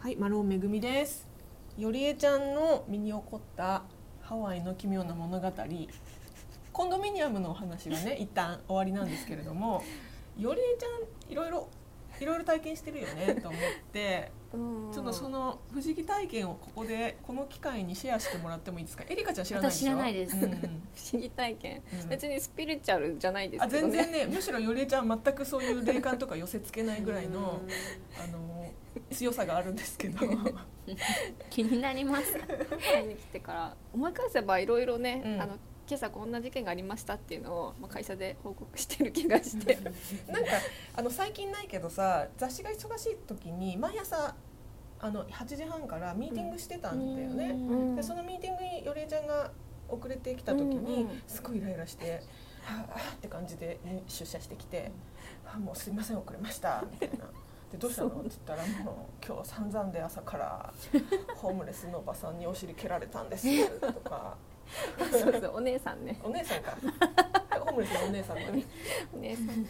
はい、マロンめぐみです。よりえちゃんの身に起こったハワイの奇妙な物語。コンドミニアムのお話が ね、一旦終わりなんですけれども。よりえちゃん、いろいろ、いろいろ体験してるよねと思って。ちょっとその不思議体験をここで、この機会にシェアしてもらってもいいですか。えりかちゃん知らないで私しょ。知らないですうんうん不思議体験、うん別にスピリチュアルじゃないですあけど全ね然ねむしろよりえちゃん全くそういう霊感とか寄せつけないぐらいのあの強さがあるんですけど気になります。会いに来てから思い返せばいろいろね、うんあの今朝こんな事件がありましたっていうのを、まあ、会社で報告してる気がしてなんかあの最近ないけどさ雑誌が忙しい時に毎朝あの8時半からミーティングしてたんだよね、うんでそのミーティングによりえちゃんが遅れてきた時に、うんうんすごいイライラして「はあはあ」って感じでね、出社してきて「はあもうすいません遅れました」みたいな。でどうしたのって言ったら「もう今日散々で朝からホームレスのおばさんにお尻蹴られたんです」とか そうそうお姉さんねお姉さんかホームレスのお姉さんだね、お姉さ ん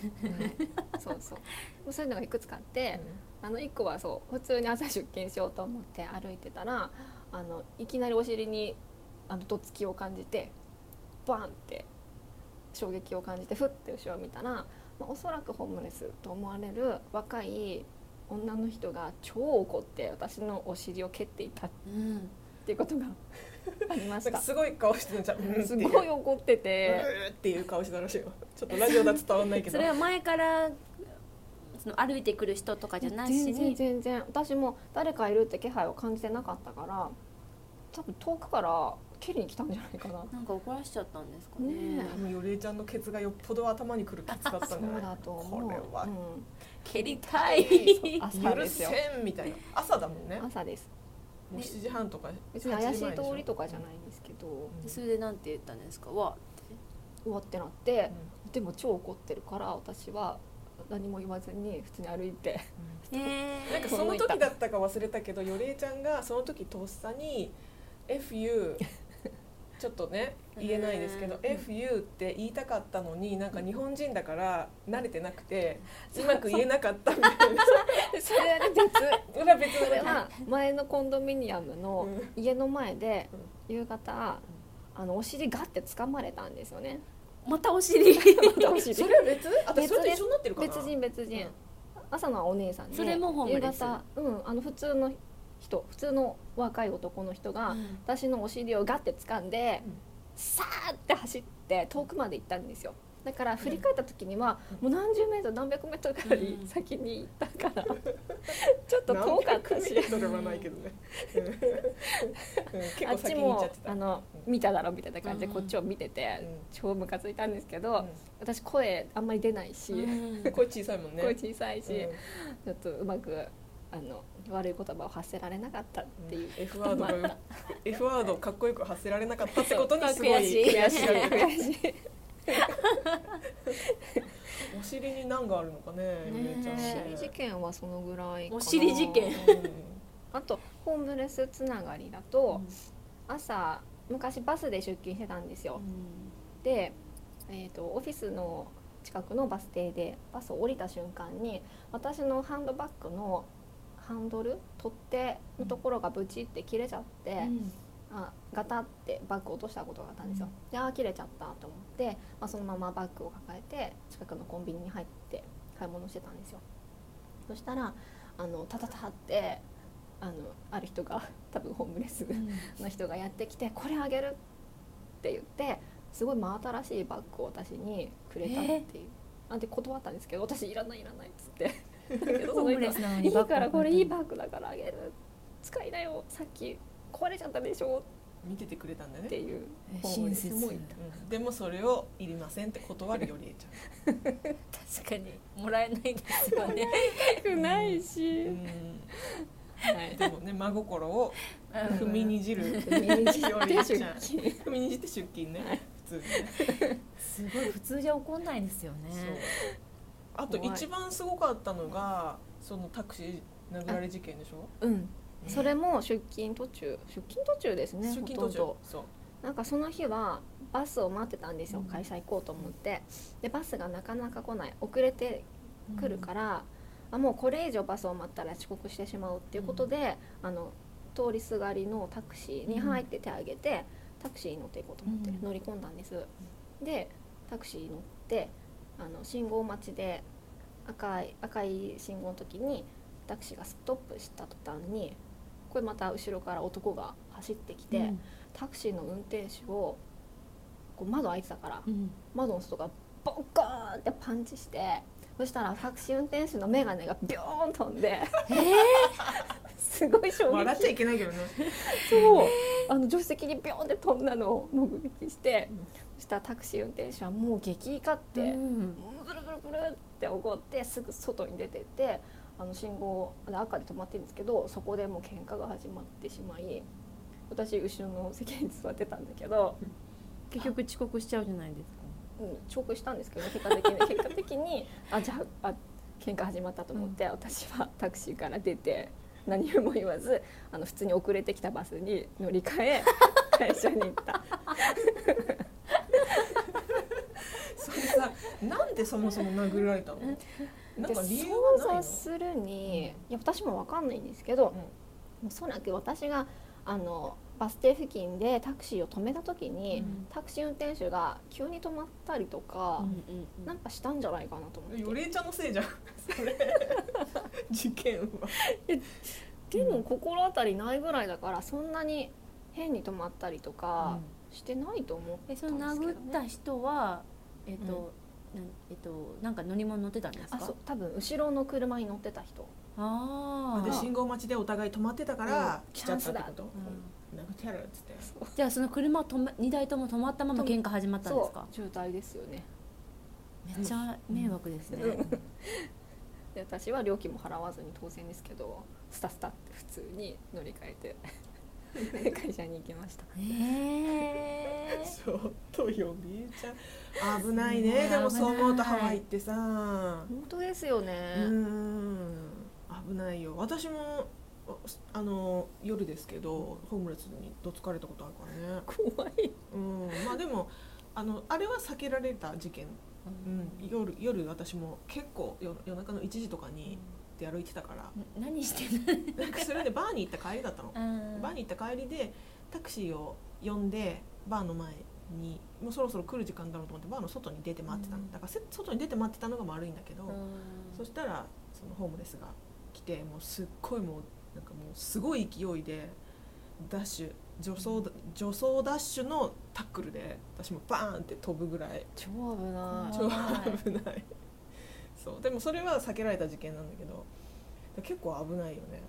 そうそうもうそういうのがいくつかあって、あの一個はそう普通に朝出勤しようと思って歩いてたらあのいきなりお尻にあのどつきを感じてバーンって衝撃を感じてふって後ろを見たら、まあ、おそらくホームレスと思われる若い女の人が超怒って私のお尻を蹴っていたっうん。ていうことがありまなしんかた。すごい顔してるじゃんうんってすうごい怒って てうーっていう顔してたらしいよちょっとラジオだと伝わんないけどそれは前からその歩いてくる人とかじゃないし全然に。全然私も誰かいるって気配を感じてなかったから多分遠くから蹴りに来たんじゃないかななんか怒らしちゃったんですかねね。えもうよりえちゃんのケツがよっぽど頭にくるケツだったんじゃそなういだと思う。これは蹴りたい。うん、朝許ですせよ。んみたいな朝だもんねも朝です。う7時半とか別に怪しい通りとかじゃいないんですけど、それでなんて言ったんですか。わうわってなって、でも超怒ってるから私は何も言わずに普通に歩いて、ー。えなんかその時だったか忘れたけどよりえちゃんがその時とっさに「FU」ちょっとね言えないですけど「FU」って言いたかったのになんか日本人だから慣れてなくてうまく言えなかったみたいなで それはね別。それは別それだは前のコンドミニアムの家の前でうん夕方。あのお尻ガって掴まれたんですよね。またお尻。お尻それは別私別それと一緒になってるかな別人別人、うん朝のはお姉さんでそれもホームレス夕方、うん、あの普通の人普通の若い男の人が、うん私のお尻をガッて掴んで、うんさーって走って遠くまで行ったんですよだから振り返った時には、もう何十メートル何百メートルかよりうん先に行った から、ちょっと遠かった何百しメートルはないけど ねうんうん結あ構っち先に行っちゃもってたあうんの見ただろみたいな感じでうんこっちを見てて、うん超ムカついたんですけど、私声あんまり出ないし、声小さいもんね声小さいし、うんちょっとうまくあの悪い言葉を発せられなかったっていう、 F ワードが F ワードかっこよく発せられなかったってことにすごい悔しい悔しがる悔しいお尻に何があるのかねゆめちゃんねえお尻事件はそのぐらいかなお尻事件あとホームレスつながりだと、朝昔バスで出勤してたんですよ、で、えー、とオフィスの近くのバス停でバスを降りた瞬間に私のハンドバッグのハンドル取っ手のところがブチって切れちゃって、あガタってバッグを落としたことがあったんですよ、であー切れちゃったと思って、まあ、そのままバッグを抱えて近くのコンビニに入って買い物してたんですよそしたらあのタタタってあのある人が 多分ホームレスの人がやってきて「これあげる」って言ってすごい真新しいバッグを私にくれたっていう、なんで断ったんですけど私いらないいらないっつ ってだけどそホーのム人レスなのいにいからこれいいバッグだからあげる使いなよさっき壊れちゃったでしょ見ててくれたんだっねていうえホームレスもい親たうんでもそれをいりませんって断るよりえち確かにもらえないですよね。くないし、ゃんうんはいでもね真心を踏みにじるよ踏みにじってりえち出ゃん勤踏みにじって出勤ね普通にねすごい普通じゃ怒んないですよねそうあと怖い一番すごかったのがそのタクシー殴られ事件でしょうんそれも出勤途中出勤途中ですね出勤途ほとん中どそうなんかその日はバスを待ってたんですよ、うん会社行こうと思ってでバスがなかなか来ない遅れてくるから、ああもうこれ以上バスを待ったら遅刻してしまうっていうことで、あの通りすがりのタクシーに入って手挙げて、タクシーに乗っていこうと思ってうん乗り込んだんです、でタクシーに乗ってあの信号待ちで赤い赤い信号の時にタクシーがストップした途端にこれまた後ろから男が走ってきて、うんタクシーの運転手をこう窓開いてたからうん窓の外がボンコーンってパンチしてそしたらタクシー運転手の眼鏡がビョーン飛んでえ すごい衝撃笑っちゃいけないけどね。そうあの助手席にビョーンって飛んだのを目撃して、うんそしたらタクシー運転手はもう激怒っーて、うんブルブルブルって怒ってすぐ外に出てってあの信号あの赤で止まってるんですけどそこでもう喧嘩が始まってしまい私後ろの席に座ってたんだけど、結局遅刻しちゃうじゃないですかうん、遅刻したんですけど結果的に結果的にあじゃああ喧嘩始まったと思って、私はタクシーから出て何も言わずあの普通に遅れてきたバスに乗り換え会社に行った。それさ、なんでそもそも殴られたの？なんか理由はない想像の？するにいや私もわかんないんですけど、もうそうなんけ私があのバス停付近でタクシーを止めた時に、うんタクシー運転手が急に止まったりとか、なんかしたんじゃないかなと思って、よれいちゃんのせいじゃん。それ。事件は。でも心当たりないぐらいだからそんなに変に止まったりとかしてないと思っえてたそんのですけど、殴ね、った人はえっと、なんえっとなんか乗り物乗ってたんですかあそう多分後ろの車に乗ってた人あでー信号待ちでお互い止まってたからうん来ちゃったってこうと。ん殴ってやるっつって。じゃあその車止め2台とも止まったまま喧嘩始まったんですかそう渋滞ですよねめっちゃ迷惑ですね、で私は料金も払わずに当然ですけどスタスタって普通に乗り換え て会社に行きましたえーそうとよりえちゃん。危ないねね。でも危ないそう思うとハワイってさ。本当ですよね、うーん危ないよ私もああの夜ですけどホームレスにどつかれたことあるからね怖いうんまあでもあのあれは避けられた事件、うん、夜夜私も結構夜夜中の1時とかに出歩いてたから、何してるなんかそれでバーに行った帰りだ ったの、バーに行った帰りでタクシーを呼んでバーの前にもうそろそろ来る時間だろうと思ってバーの外に出て待ってたの、うんだからせ外に出て待ってたのが悪いんだけど、そしたらそのホームレスが来てもうすっごいもうなんかもうすごい勢いでダッシュ助走だ助走ダッシュのタックルで私もバーンって飛ぶぐらい超危なはい超危ないそうでもそれは避けられた事件なんだけど結構危ないよね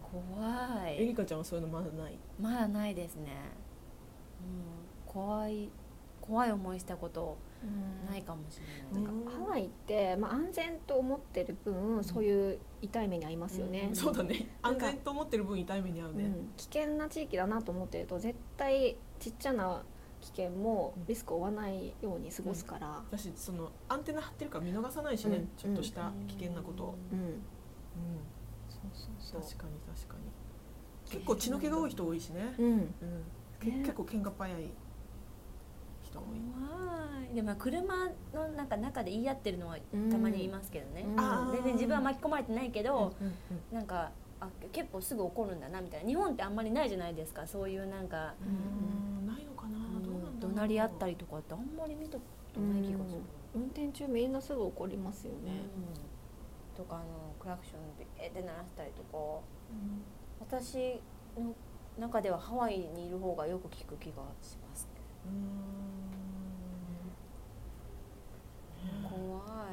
怖えりいかちゃんはそういうのまだないまだないですね、うん、怖い怖い思いしたことい、ないかもしうれんない、なんかハワイって、まあ、安全と思ってる分、そういう痛い目に遭いますよね、うんそうだねな安んか全と思ってる分痛い目に遭ううねん危険な地域だなと思ってると絶対ちっちゃな危険もリスクを負わないように過ごすから、私そのアンテナ張ってるから見逃さないしね、うんちょっとした危険なことを、うんそうそうそう確かに確かに結構血の気が多い人多いしね、うんうんけね結構喧嘩早い人多い、怖いでもまあ車のなんか中で言い合ってるのはたまに言いますけどね、うんあー全然自分は巻き込まれてないけど、うんうんなんかあ結構すぐ怒るんだなみたいな日本ってあんまりないじゃないですかそういうなんか、うんないのかな、うんどうな怒んだろう鳴り合ったりとかってあんまり見たことない気がする、運転中みんなすぐ怒りますようんね、とかあのクラクションでえーって鳴らしたりとかうん私の中ではハワイにいる方がよく聞く気がしますね怖い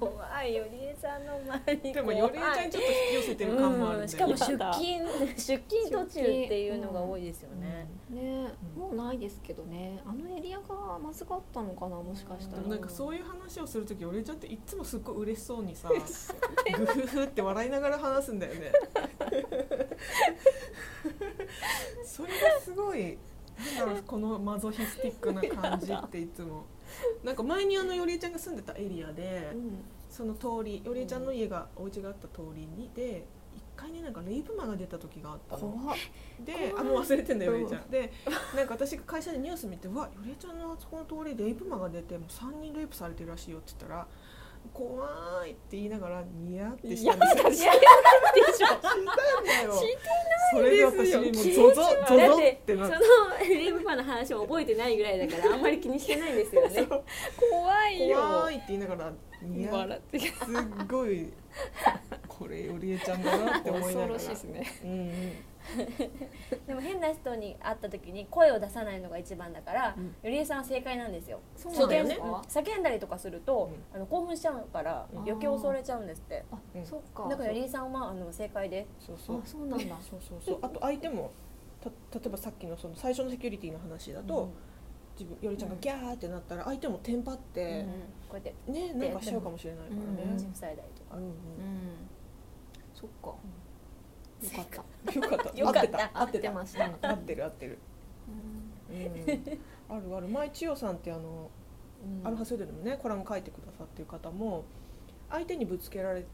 怖いよりえさんの周うりんでも怖いよりえちゃんにちょっと引き寄せてる感もあるんだよね、うんしかも出やだ勤出勤途中っていうのが多いですよね、ねうんもうないですけどねあのエリアがまずかったのかなもしかしたでら、もなんかそういう話をするときよりえちゃんっていっつもすっごい嬉し そうにさグフフって笑いながら話すんだよ ねそれがすごいなんだろうこのマゾヒスティックな感じっていつもなんか前にあのよりえちゃんが住んでたエリアでうんその通りよりえちゃんの家がお家があった通りにで一回ねなんかレイプマンが出た時があったの怖っで怖いあもう忘れてんだよよりえちゃんで なんか私が会社でニュース見て「うわよりえちゃんのあそこの通りレイプマンが出てもう3人レイプされてるらしいよ」って言ったら怖いって言いながらニヤっていしたやんです よ。私はしたんだよ。知ってそれで私もう気持ゾゾゾだゾっっててそなのって。レムパの話を覚えてないぐらいだからあんまり気にしてないんですよね怖いよ怖いって言いながらニヤ 笑ってすっごいこれよりえちゃんだなって思いな恐がらろしいですねうんうんでも変な人に会った時に声を出さないのが一番だから、うんよりえさんは正解なんですよそそうだよねうなんです叫んだりとかすると、あの興奮しちゃうからうん余計恐れちゃうんですってかうんあそっかだからよりえさんはあの正解でそうそそううあそうなんだそうそうそうあと相手もた例えばさっきのその最初のセキュリティの話だと、自分よりちゃんがギャーってなったら相手もテンパっうんてこ、うやってねなんかしちゃうかもしれないからうんね口、塞いだりとかうんうんうんそっかよかっ たよかったよかった合ってた合って出たました合ってる合ってる、 うん、あるある前千代さんってあのアルファセドルのねコラム書いてくださってる方も相手にぶつけられ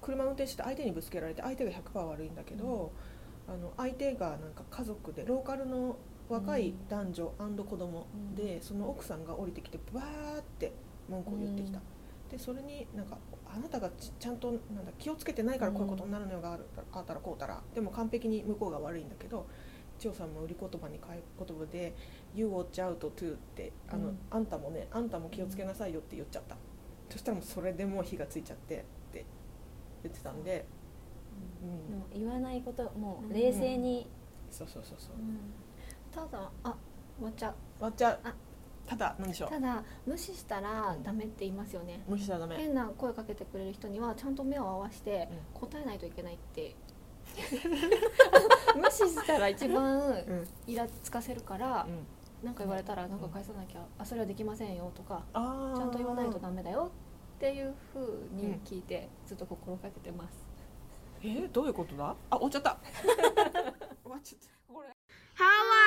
車運転してて相手にぶつけられて相手が100%悪いんだけど、あの相手がなんか家族でローカルの若い男女子供で、その奥さんが降りてきてバーって文句を言ってきた、でそれになんかあなたがちちゃんとなんだ気をつけてないからこういうことになるのがあるあったらこうたらでも完璧に向こうが悪いんだけど千代さんも売り言葉に変え言葉で「You watch out too」ってあの、うんあんたもねあんたも気をつけなさいよ」って言っちゃった、そしたらもうそれでもう火がついちゃってって言ってたんで、うんうんもう言わないこともううん冷静に、そうそうそうそうただあ終わっちゃう抹茶あただなんでしょうただ無視したらダメって言いますよね無視したらダメ変な声かけてくれる人にはちゃんと目を合わせてうん答えないといけないって無視したら一番うんうんイラつかせるから何か言われたら何か返さなきゃ「あそれはできませんよ」とか「あちーゃんと言わないとダメだよ」っていうふうに聞いてずっと心がけてます。えー、どういうことだあ終わっちゃった終わっちゃったハワイ